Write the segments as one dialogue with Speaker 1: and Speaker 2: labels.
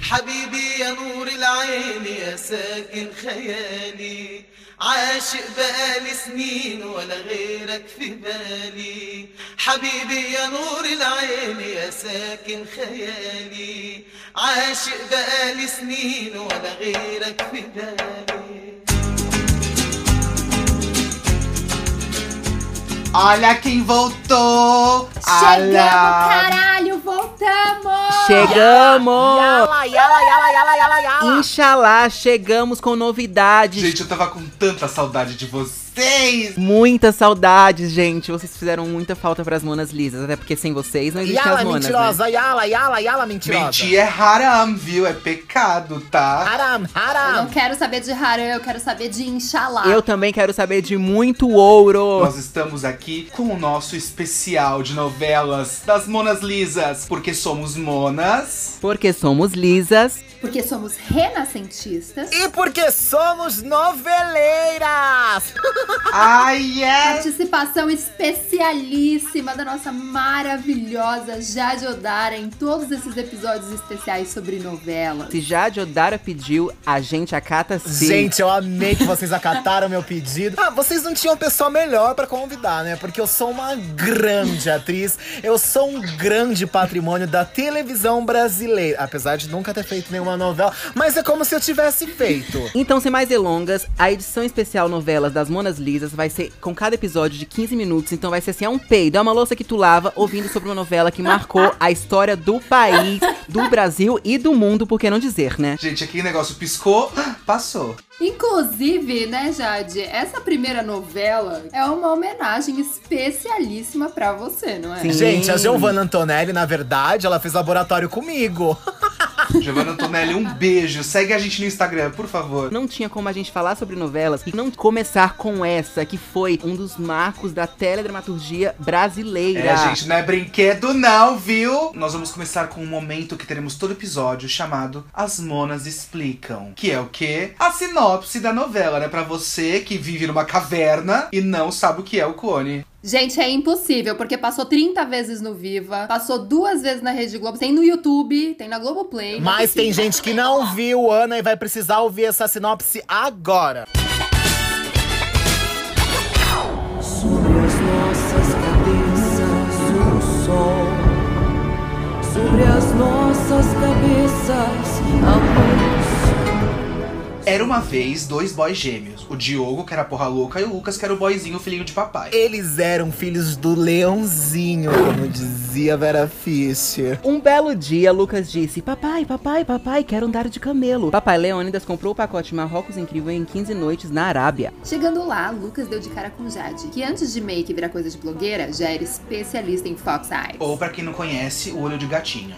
Speaker 1: حبيبي يا نور العين يا ساكن خيالي عاشق بقالي سنين ولا غيرك في بالي حبيبي يا نور العين يا ساكن خيالي عاشق بقالي سنين ولا غيرك في بالي
Speaker 2: Olha quem voltou!
Speaker 3: Chegamos,
Speaker 2: Alá!
Speaker 3: caralho, voltamos!
Speaker 4: Chegamos!
Speaker 3: Yala, yala, yala, yala, yala, yala!
Speaker 4: Inxalá, chegamos com novidades.
Speaker 2: Gente, eu tava com tanta saudade de vocês!
Speaker 4: Muitas saudades, gente. Vocês fizeram muita falta pras monas lisas. Até porque sem vocês não existem
Speaker 3: Yala, é
Speaker 4: as monas. né?
Speaker 3: mentirosa, yala, yala, yala, mentirosa!
Speaker 2: Mentir é haram, viu? É pecado, tá?
Speaker 3: Haram,
Speaker 5: Eu não
Speaker 3: haram!
Speaker 5: quero saber de Haram, eu quero saber de Inshallah.
Speaker 4: Né? Eu também quero saber de muito ouro.
Speaker 2: Nós estamos aqui com o nosso especial de novelas das Monas Lisas, porque somos monas.
Speaker 4: Porque somos lisas.
Speaker 5: Porque somos renascentistas.
Speaker 3: E porque somos noveleiras!
Speaker 2: Ai, é!
Speaker 5: Participação especialíssima da nossa maravilhosa Jade Odara em todos esses episódios especiais sobre novelas.
Speaker 4: Se Jade Odara pediu, a gente acata sim.
Speaker 3: Gente, eu amei que vocês acataram meu pedido. Ah, vocês não tinham pessoa melhor pra convidar, né? Porque eu sou uma grande atriz, eu sou um grande patrimônio da televisão brasileira. Apesar de nunca ter feito nenhuma novela, mas é como se eu tivesse feito.
Speaker 4: Então, sem mais delongas, a edição especial novelas das Monas Lisas vai ser com cada episódio de 15 minutos. Então vai ser assim, é um peido, é uma louça que tu lava, ouvindo sobre uma novela que marcou a história do país, do Brasil e do mundo, por que não dizer, né?
Speaker 2: Gente, aquele negócio piscou, passou.
Speaker 5: Inclusive, né, Jade, essa primeira novela é uma homenagem especialíssima pra você, não é?
Speaker 4: Sim.
Speaker 3: Gente, a Giovanna Antonelli, na verdade, ela fez laboratório comigo.
Speaker 2: Giovanna Antonelli, um beijo. Segue a gente no Instagram, por favor.
Speaker 4: Não tinha como a gente falar sobre novelas e não começar com essa, que foi um dos marcos da teledramaturgia brasileira.
Speaker 2: É, gente, não é brinquedo não, viu? Nós vamos começar com um momento que teremos todo episódio chamado As Monas Explicam. Que é o quê? A sinopse da novela, né? Pra você que vive numa caverna e não sabe o que é o cone.
Speaker 5: Gente, é impossível, porque passou 30 vezes no Viva, passou duas vezes na Rede Globo, tem no YouTube, tem na Globoplay. não é
Speaker 3: Mas tem
Speaker 5: possível.
Speaker 3: gente que não viu, Ana, e vai precisar ouvir essa sinopse agora.
Speaker 6: Sobre as nossas cabeças o sol, sobre as nossas cabeças a luz.
Speaker 2: Era uma vez dois boys gêmeos. O Diogo, que era porra louca, e o Lucas, que era o boyzinho, filhinho de papai.
Speaker 3: Eles eram filhos do leãozinho, como dizia Vera Fischer.
Speaker 4: Um belo dia, Lucas disse: Papai, papai, papai, quero andar de camelo. Papai Leônidas comprou o pacote Marrocos Incrível em 15 noites na Arábia.
Speaker 5: Chegando lá, Lucas deu de cara com Jade, que antes de make virar coisa de blogueira, já era especialista em Fox Eyes.
Speaker 2: Ou, pra quem não conhece, o olho de gatinho.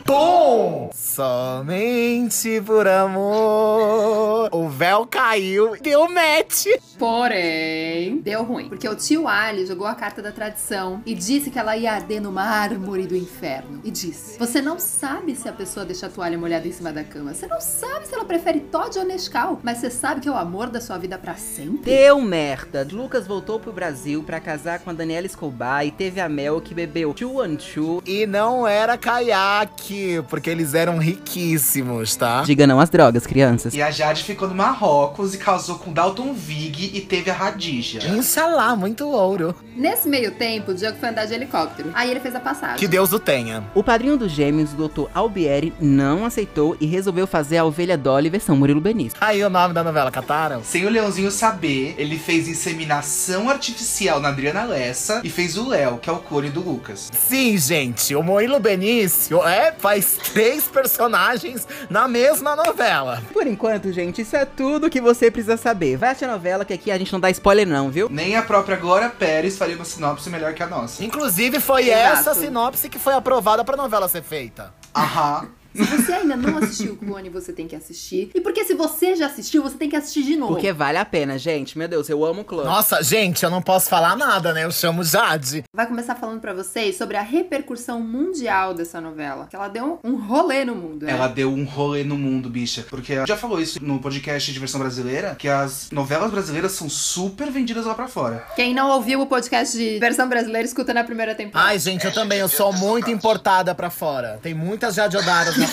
Speaker 3: Somente por amor. O véu caiu, deu match.
Speaker 5: Porém, deu ruim, porque o tio Ali jogou a carta da tradição e disse que ela ia arder no mármore do inferno. E disse: Você não sabe se a pessoa deixa a toalha molhada em cima da cama, você não sabe se ela prefere Todd ou Nescau, mas você sabe que é o amor da sua vida pra sempre?
Speaker 4: Deu merda. Lucas voltou pro Brasil pra casar com a Daniela Escobar e teve a Mel que bebeu chuanchu.
Speaker 3: E não era caiaque, porque eles eram riquíssimos, tá?
Speaker 4: Diga não às drogas, crianças.
Speaker 2: E a Jade ficou no Marrocos e casou com Dalton Vig e teve a Radija.
Speaker 3: Inxalá, muito ouro.
Speaker 5: Nesse meio tempo, o Diogo foi andar de helicóptero. Aí ele fez a passagem.
Speaker 3: Que Deus o tenha.
Speaker 4: O padrinho dos gêmeos, o doutor Albieri, não aceitou e resolveu fazer a ovelha Dolly versão Murilo Benício.
Speaker 3: Aí o nome da novela, cataram?
Speaker 2: Sem o Leãozinho saber, ele fez inseminação artificial na Adriana Lessa e fez o Léo, que é o clone do Lucas.
Speaker 3: Sim, gente, o Moilo Benício é, faz três personagens na mesma novela.
Speaker 4: Por enquanto, gente, isso é tudo que você precisa saber. Vai assistir a novela que aqui a gente não dá spoiler não, viu?
Speaker 2: Nem a própria Glória Pérez faria uma sinopse melhor que a nossa.
Speaker 3: Inclusive, foi
Speaker 5: Exato.
Speaker 3: essa sinopse que foi aprovada pra novela ser feita.
Speaker 2: Aham.
Speaker 5: Se você ainda não assistiu o clone, você tem que assistir. E porque se você já assistiu, você tem que assistir de novo.
Speaker 2: é-
Speaker 4: Porque vale a pena, gente. Meu Deus, eu amo o clone.
Speaker 3: Nossa, gente, eu não posso falar nada, né? Eu chamo Jade.
Speaker 5: Vai começar falando pra vocês sobre a repercussão mundial dessa novela. Que ela deu um rolê no mundo, né?
Speaker 2: Ela deu um rolê no mundo, bicha. Porque já falou isso no podcast de versão brasileira, que as novelas brasileiras são super vendidas lá pra fora.
Speaker 5: Quem não ouviu o podcast de versão brasileira, escuta na primeira temporada.
Speaker 3: Ai, gente, eu também, eu sou muito importada pra fora. Tem muitas Jade Odaras
Speaker 2: pra fora.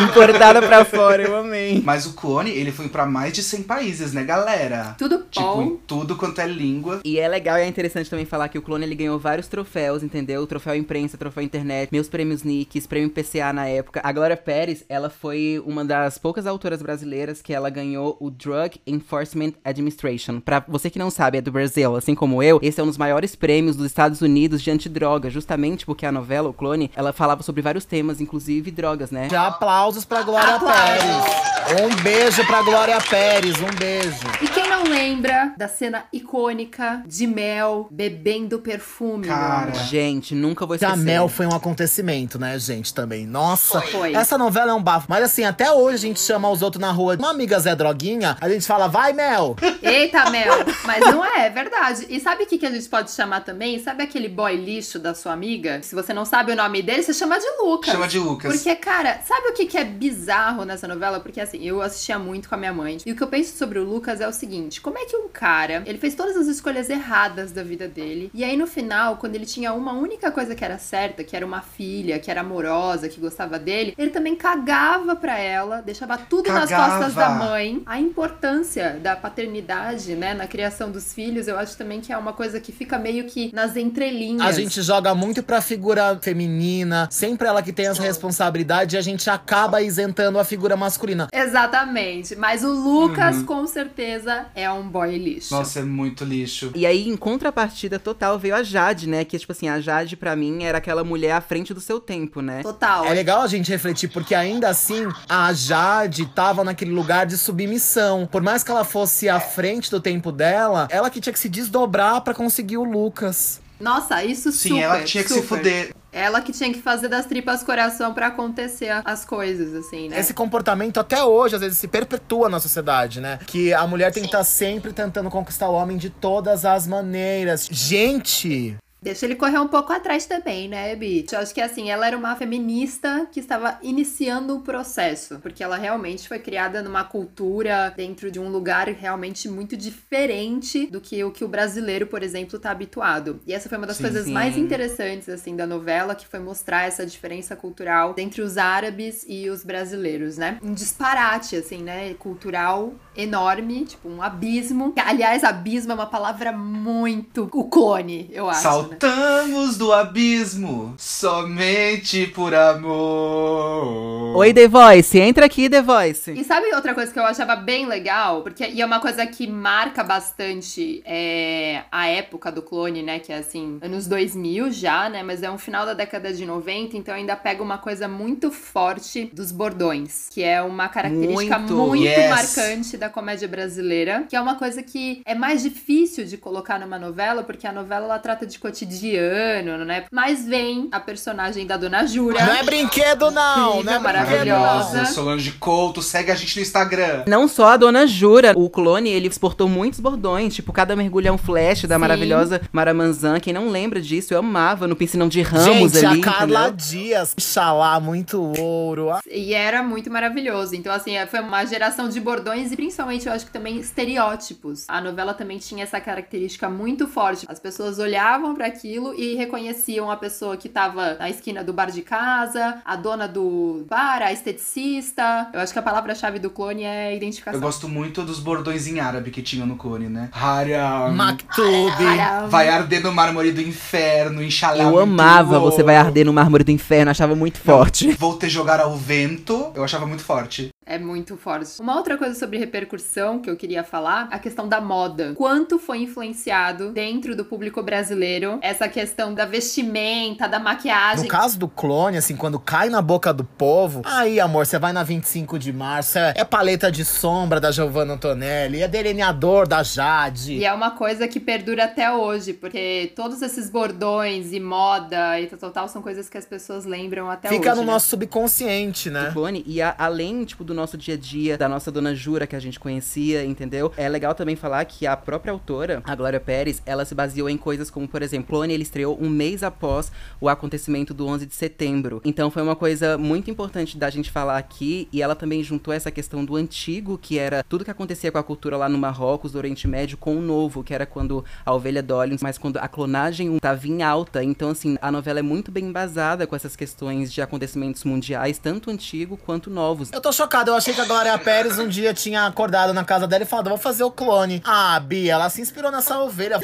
Speaker 4: Importada pra fora, eu amei.
Speaker 2: Mas o clone, ele foi pra mais de 100 países, né, galera?
Speaker 5: Tudo
Speaker 2: Tipo, em
Speaker 5: bom.
Speaker 2: tudo quanto é língua.
Speaker 4: E é legal e é interessante também falar que o Clone ele ganhou vários troféus, entendeu? Troféu imprensa, troféu internet, meus prêmios Nicks, prêmio PCA na época. A Glória Pérez, ela foi uma das poucas autoras brasileiras que ela ganhou o Drug Enforcement Administration. Pra você que não sabe, é do Brasil, assim como eu, esse é um dos maiores prêmios dos Estados Unidos de antidroga, justamente porque a novela, o Clone, ela falava sobre vários temas, inclusive drogas, né?
Speaker 3: Já aplausos pra Glória Pérez. Um beijo pra Glória Pérez, um beijo.
Speaker 5: E quem não lembra da cena icônica de Mel bebendo perfume? meu
Speaker 2: Cara.
Speaker 5: amor?
Speaker 4: Gente, nunca vou esquecer.
Speaker 3: A Mel foi um acontecimento, né, gente, também. Nossa,
Speaker 5: Foi.
Speaker 3: essa novela é um bafo. Mas assim, até hoje a gente chama os outros na rua. Uma amiga Zé Droguinha, a gente fala, vai, Mel!
Speaker 5: Eita, Mel! Mas não é, é verdade. E sabe o que, que a gente pode chamar também? Sabe aquele boy lixo da sua amiga? Se você não sabe o nome dele, você chama de Lucas.
Speaker 2: Chama de Lucas.
Speaker 5: Porque, cara, sabe o que, que é bizarro nessa novela? Porque, assim, eu assistia muito com a minha mãe. E o que eu penso sobre o Lucas é o seguinte: como é que um cara, ele fez todas as escolhas erradas da vida dele. E aí, no final, quando ele tinha uma única coisa que era certa, que era uma filha, que era amorosa, que gostava dele, ele também cagava pra ela, deixava tudo nas
Speaker 2: Cagava.
Speaker 5: costas da mãe. A importância da paternidade, né, na criação dos filhos, eu acho também que é uma coisa que fica meio que nas entrelinhas.
Speaker 3: A gente joga muito pra figura feminina, sempre ela que tem essa responsabilidade, e a gente acaba isentando a figura masculina.
Speaker 5: Tá Exatamente. Mas o Lucas, com certeza, é um boy lixo.
Speaker 2: Uhum. Nossa, é muito lixo.
Speaker 4: E aí, em contrapartida total, veio a Jade, né? Que, tipo assim, a Jade, pra mim, era aquela mulher à frente do seu tempo, né?
Speaker 5: Total.
Speaker 3: É legal a gente refletir, porque ainda assim a Jade tava naquele lugar de submissão. Por mais que ela fosse à frente do tempo dela, ela que tinha que se desdobrar pra conseguir o Lucas.
Speaker 5: Nossa, isso
Speaker 2: Sim,
Speaker 5: super.
Speaker 2: ela tinha que se
Speaker 5: super.
Speaker 2: fuder.
Speaker 5: Ela que tinha que fazer das tripas coração pra acontecer a- as coisas, assim, né?
Speaker 3: Esse comportamento até hoje, às vezes, se perpetua na sociedade, né? Que a mulher tem que estar sempre tentando conquistar o homem de todas as maneiras. Gente!
Speaker 5: Deixa ele correr um pouco atrás também, né, Bi? Eu acho que assim, ela era uma feminista que estava iniciando o processo, porque ela realmente foi criada numa cultura, dentro de um lugar realmente muito diferente do que o que o brasileiro, por exemplo, tá habituado. E essa foi uma das
Speaker 2: Sim. é.
Speaker 5: coisas mais
Speaker 4: Sim.
Speaker 5: interessantes assim da novela, que foi mostrar essa diferença cultural entre os árabes e os brasileiros, né? Um disparate assim, né, cultural enorme, tipo um abismo. Aliás, abismo é uma palavra muito o clone, eu acho. né?
Speaker 2: Saltamos do abismo somente por amor.
Speaker 4: Oi, The Voice! Entra aqui, The Voice!
Speaker 5: E sabe outra coisa que eu achava bem legal? Porque, e é uma coisa que marca bastante é, a época do clone, né? Que é assim, anos 2000 já, né? Mas é um final da década de 90, então ainda pega uma coisa muito forte dos bordões, que é uma característica
Speaker 4: Muito,
Speaker 5: muito,
Speaker 2: yes.
Speaker 5: marcante da comédia brasileira, que é uma coisa que é mais difícil de colocar numa novela, porque a novela ela trata de cotidiano, né? Mas vem a personagem da Dona Jura.
Speaker 3: Não é brinquedo, não! Não é
Speaker 5: Incrível,
Speaker 3: brinquedo, não!
Speaker 5: maravilhosa.
Speaker 2: Solange Couto, segue a gente no Instagram.
Speaker 4: Não só a Dona Jura, o clone, ele exportou muitos bordões. Tipo, cada mergulho é um flash da
Speaker 5: Sim.
Speaker 4: maravilhosa Maramanzan. Quem não lembra disso, eu amava no piscinão de Ramos
Speaker 3: Gente,
Speaker 4: ali,
Speaker 3: a Carla
Speaker 4: entendeu?
Speaker 3: Dias, xalá, muito ouro. Ah,
Speaker 5: E era muito maravilhoso. Então, assim, foi uma geração de bordões e principalmente eu acho que também estereótipos. A novela também tinha essa característica muito forte. As pessoas olhavam pra aquilo e reconheciam a pessoa que tava na esquina do bar de casa, a dona do bar, a esteticista. Eu acho que a palavra-chave do clone é
Speaker 2: Eu
Speaker 5: identificação.
Speaker 2: gosto muito dos bordões em árabe que tinham no clone, né? Haram.
Speaker 3: Maktub.
Speaker 5: Cara,
Speaker 2: Vai arder no mármore do inferno, inxalá.
Speaker 4: Eu
Speaker 2: muito
Speaker 4: amava
Speaker 2: ouro.
Speaker 4: Você Vai Arder no Mármore do Inferno, achava muito forte.
Speaker 2: Vou te jogar ao vento. Eu achava muito forte.
Speaker 5: É muito forte. Uma outra coisa sobre repercussão que eu queria falar, a questão da moda. Quanto foi influenciado dentro do público brasileiro essa questão da vestimenta, da
Speaker 3: No
Speaker 5: maquiagem.
Speaker 3: caso do clone, assim, quando cai na boca do povo, aí, amor, você vai na 25 de março, é, é paleta de sombra da Giovanna Antonelli, é delineador da Jade.
Speaker 5: E é uma coisa que perdura até hoje, porque todos esses bordões e moda e tal, tal, tal são coisas que as pessoas lembram até
Speaker 3: Fica
Speaker 5: hoje.
Speaker 3: no
Speaker 5: né?
Speaker 3: nosso subconsciente,
Speaker 4: do
Speaker 3: né?
Speaker 4: clone. E a- além, tipo, do nosso dia a dia, da nossa dona Jura que a gente conhecia, entendeu? É legal também falar que a própria autora, a Glória Pérez, ela se baseou em coisas como, por exemplo, Clone, ele estreou um mês após o acontecimento do 11 de setembro. Então foi uma coisa muito importante da gente falar aqui e ela também juntou essa questão do antigo, que era tudo que acontecia com a cultura lá no Marrocos, do Oriente Médio, com o novo, que era quando a ovelha Dolly, mas quando a clonagem estava em alta. Então, assim, a novela é muito bem embasada com essas questões de acontecimentos mundiais, tanto antigo quanto novos.
Speaker 3: Eu tô chocada, eu achei que a Glória Pérez um dia tinha acordado na casa dela e falado, vou fazer o clone. Ah, Bia, ela se inspirou nessa ovelha.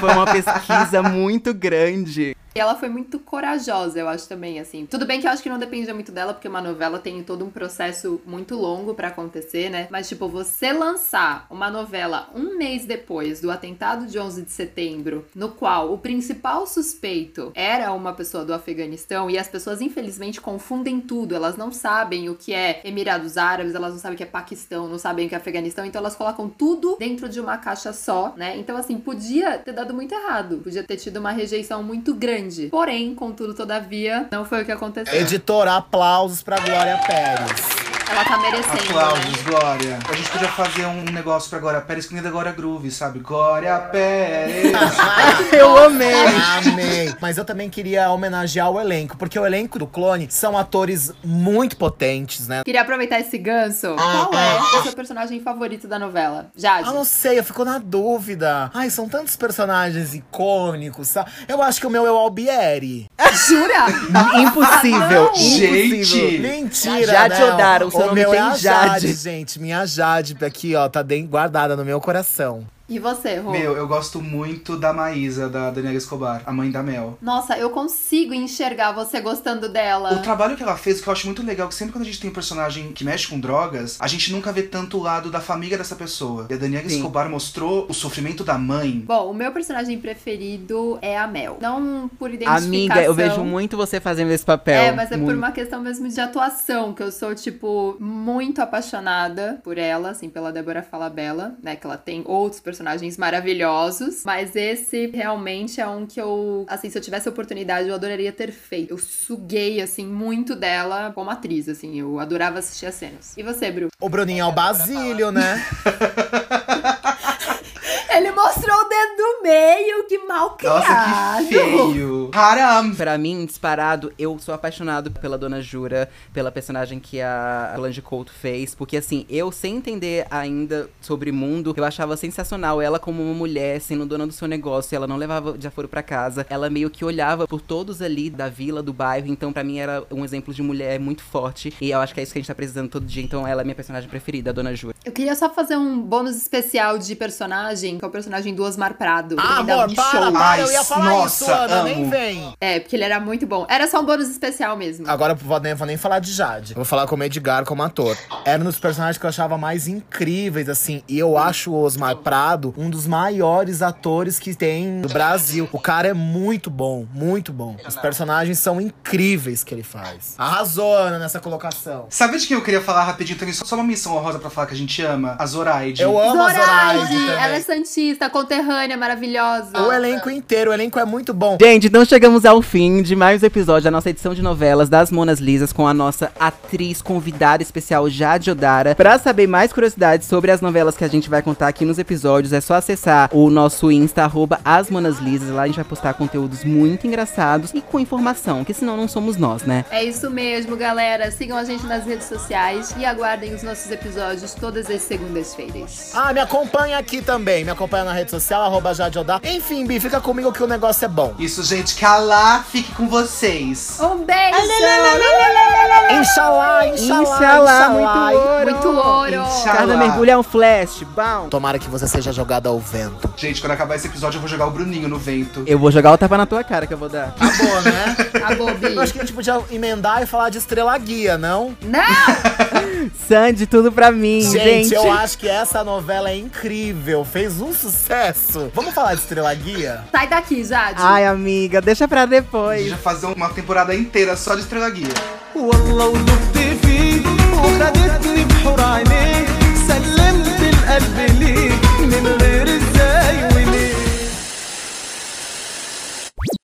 Speaker 4: Foi uma pesquisa muito grande.
Speaker 5: E ela foi muito corajosa, eu acho também, assim. Tudo bem que eu acho que não depende muito dela, porque uma novela tem todo um processo muito longo pra acontecer, né? Mas, tipo, você lançar uma novela um mês depois do atentado de 11 de setembro, no qual o principal suspeito era uma pessoa do Afeganistão, e as pessoas, infelizmente, confundem tudo. Elas não sabem o que é Emirados Árabes, elas não sabem o que é Paquistão, não sabem o que é Afeganistão, então elas colocam tudo dentro de uma caixa só, né? Então, assim, podia ter dado muito errado, podia ter tido uma rejeição muito grande. Porém, contudo, todavia, não foi o que aconteceu.
Speaker 3: Editora, aplausos pra Glória Pérez.
Speaker 5: Ela tá merecendo.
Speaker 2: Aplausos,
Speaker 5: né?
Speaker 2: Glória. A gente podia fazer um negócio pra Glória Pérez que nem da Glória Groove, sabe? Glória Pérez.
Speaker 4: Eu amei!
Speaker 3: Amei. Mas eu também queria homenagear o elenco, porque o elenco do Clone são atores muito potentes, né?
Speaker 5: Queria aproveitar esse
Speaker 2: Ah,
Speaker 5: ganso. Qual é o seu personagem favorito da novela? Jade.
Speaker 3: Ah, não sei, eu fico na dúvida. Ai, são tantos personagens icônicos, sabe? Eu acho que o meu é o Albieri.
Speaker 5: Jura?
Speaker 4: Impossível!
Speaker 2: Gente!
Speaker 3: Mentira,
Speaker 4: Jade
Speaker 3: não.
Speaker 4: Odaro, o seu nome
Speaker 3: meu
Speaker 4: tem
Speaker 3: é a
Speaker 4: Jade.
Speaker 3: gente. Minha Jade aqui, ó, tá bem guardada no meu coração.
Speaker 5: E você, Rô?
Speaker 2: Meu, eu gosto muito da Maísa, da Daniela Escobar, a mãe da Mel.
Speaker 5: Nossa, eu consigo enxergar você
Speaker 2: O
Speaker 5: gostando dela.
Speaker 2: trabalho que ela fez, que eu acho muito legal, que sempre quando a gente tem um personagem que mexe com drogas, a gente nunca vê tanto o lado da família dessa pessoa. E a Daniela
Speaker 4: Sim.
Speaker 2: Escobar mostrou o sofrimento da mãe.
Speaker 5: Bom, o meu personagem preferido é a Mel. Não por identificação.
Speaker 4: Amiga, eu vejo muito você fazendo esse papel.
Speaker 5: É, mas é por
Speaker 4: Muito.
Speaker 5: uma questão mesmo de atuação, que eu sou, tipo, muito apaixonada por ela, assim, pela Débora Falabella, né? Que ela tem outros personagens maravilhosos, mas esse realmente é um que eu, assim, se eu tivesse a oportunidade, eu adoraria ter feito. Eu suguei, assim, muito dela como atriz, assim, eu adorava assistir as cenas. E você, Bru?
Speaker 3: O Bruninho é o Basílio, né?
Speaker 5: Ele mostrou o dedo do meio, que mal
Speaker 2: Nossa, que feio! Haram!
Speaker 4: Pra mim, disparado, eu sou apaixonado pela Dona Jura, pela personagem que a Solange Couto fez. Porque, assim, eu sem entender ainda sobre mundo, eu achava sensacional ela como uma mulher sendo dona do seu negócio. Ela não levava de aforo pra casa. Ela meio que olhava por todos ali da vila, do bairro. Então, pra mim, era um exemplo de mulher muito forte. E eu acho que é isso que a gente tá precisando todo dia. Então, ela é minha personagem preferida, a Dona Jura.
Speaker 5: Eu queria só fazer um bônus especial de personagem, que é o personagem do Osmar Prado.
Speaker 3: Ah,
Speaker 5: Ele dá
Speaker 3: amor,
Speaker 5: um
Speaker 3: para,
Speaker 5: show.
Speaker 3: para, eu
Speaker 2: Ai,
Speaker 3: ia falar isso,
Speaker 2: nossa,
Speaker 3: Ana, nem
Speaker 2: amo.
Speaker 3: vem.
Speaker 5: É, porque ele era muito bom. Era só um bônus especial mesmo.
Speaker 3: Agora eu vou nem, vou nem falar de Jade. Eu vou falar como Edgar, como ator. Era um dos personagens que eu achava mais incríveis, assim. E eu acho o Osmar Prado um dos maiores atores que tem no Brasil. O cara é muito bom, muito bom. Os personagens são incríveis que ele faz. Arrasou, Ana, nessa colocação.
Speaker 2: Sabe de quem eu queria falar rapidinho também? Só uma menção honrosa pra falar que a gente ama? A Zoraide.
Speaker 3: Eu amo a Zoraide
Speaker 5: Zoraide!
Speaker 3: também.
Speaker 5: Ela é santista, conterrânea, maravilhosa.
Speaker 3: O elenco inteiro, o elenco é muito bom.
Speaker 4: Gente, então chegamos ao fim de mais um episódio da nossa edição de novelas das Monas Lisas com a nossa atriz convidada especial Jade Odara. Pra saber mais curiosidades sobre as novelas que a gente vai contar aqui nos episódios, é só acessar o nosso Insta, arroba as Monas Lisas. Lá a gente vai postar conteúdos muito engraçados e com informação, que senão não somos nós, né?
Speaker 5: É isso mesmo, galera. Sigam a gente nas redes sociais e aguardem os nossos episódios todas as segundas-feiras.
Speaker 3: Ah, me acompanha aqui também. Me acompanha na rede social, arroba Jade Odar. Enfim, Bi, fica comigo que o negócio é bom.
Speaker 2: Isso, gente, que Alá fique com vocês.
Speaker 5: Um beijo!
Speaker 3: Inxalá, inxalá,
Speaker 4: Inxalá, muito ouro!
Speaker 5: Muito ouro!
Speaker 2: Inxalá.
Speaker 4: Cada mergulho é um flash, bom!
Speaker 3: Tomara que você seja jogado ao vento.
Speaker 2: Gente, quando acabar esse episódio, eu vou jogar o Bruninho no vento.
Speaker 4: Eu vou jogar o tapa na tua cara que eu vou dar.
Speaker 3: Tá bom, né?
Speaker 5: Acabou, Bi.
Speaker 3: Eu acho que a gente podia emendar e falar de estrela guia, não?
Speaker 5: Não!
Speaker 4: Sandy, tudo pra mim,
Speaker 3: Gente,
Speaker 4: gente!
Speaker 3: eu acho que essa novela é incrível. Fez um sucesso. Vamos falar de estrela guia?
Speaker 5: Sai daqui, Jade!
Speaker 4: Ai, amiga, deixa pra
Speaker 2: A
Speaker 4: depois.
Speaker 2: gente vai fazer uma temporada inteira só de Estrela Guia.
Speaker 7: والله ودقت فيه وخدتني بحور عينيه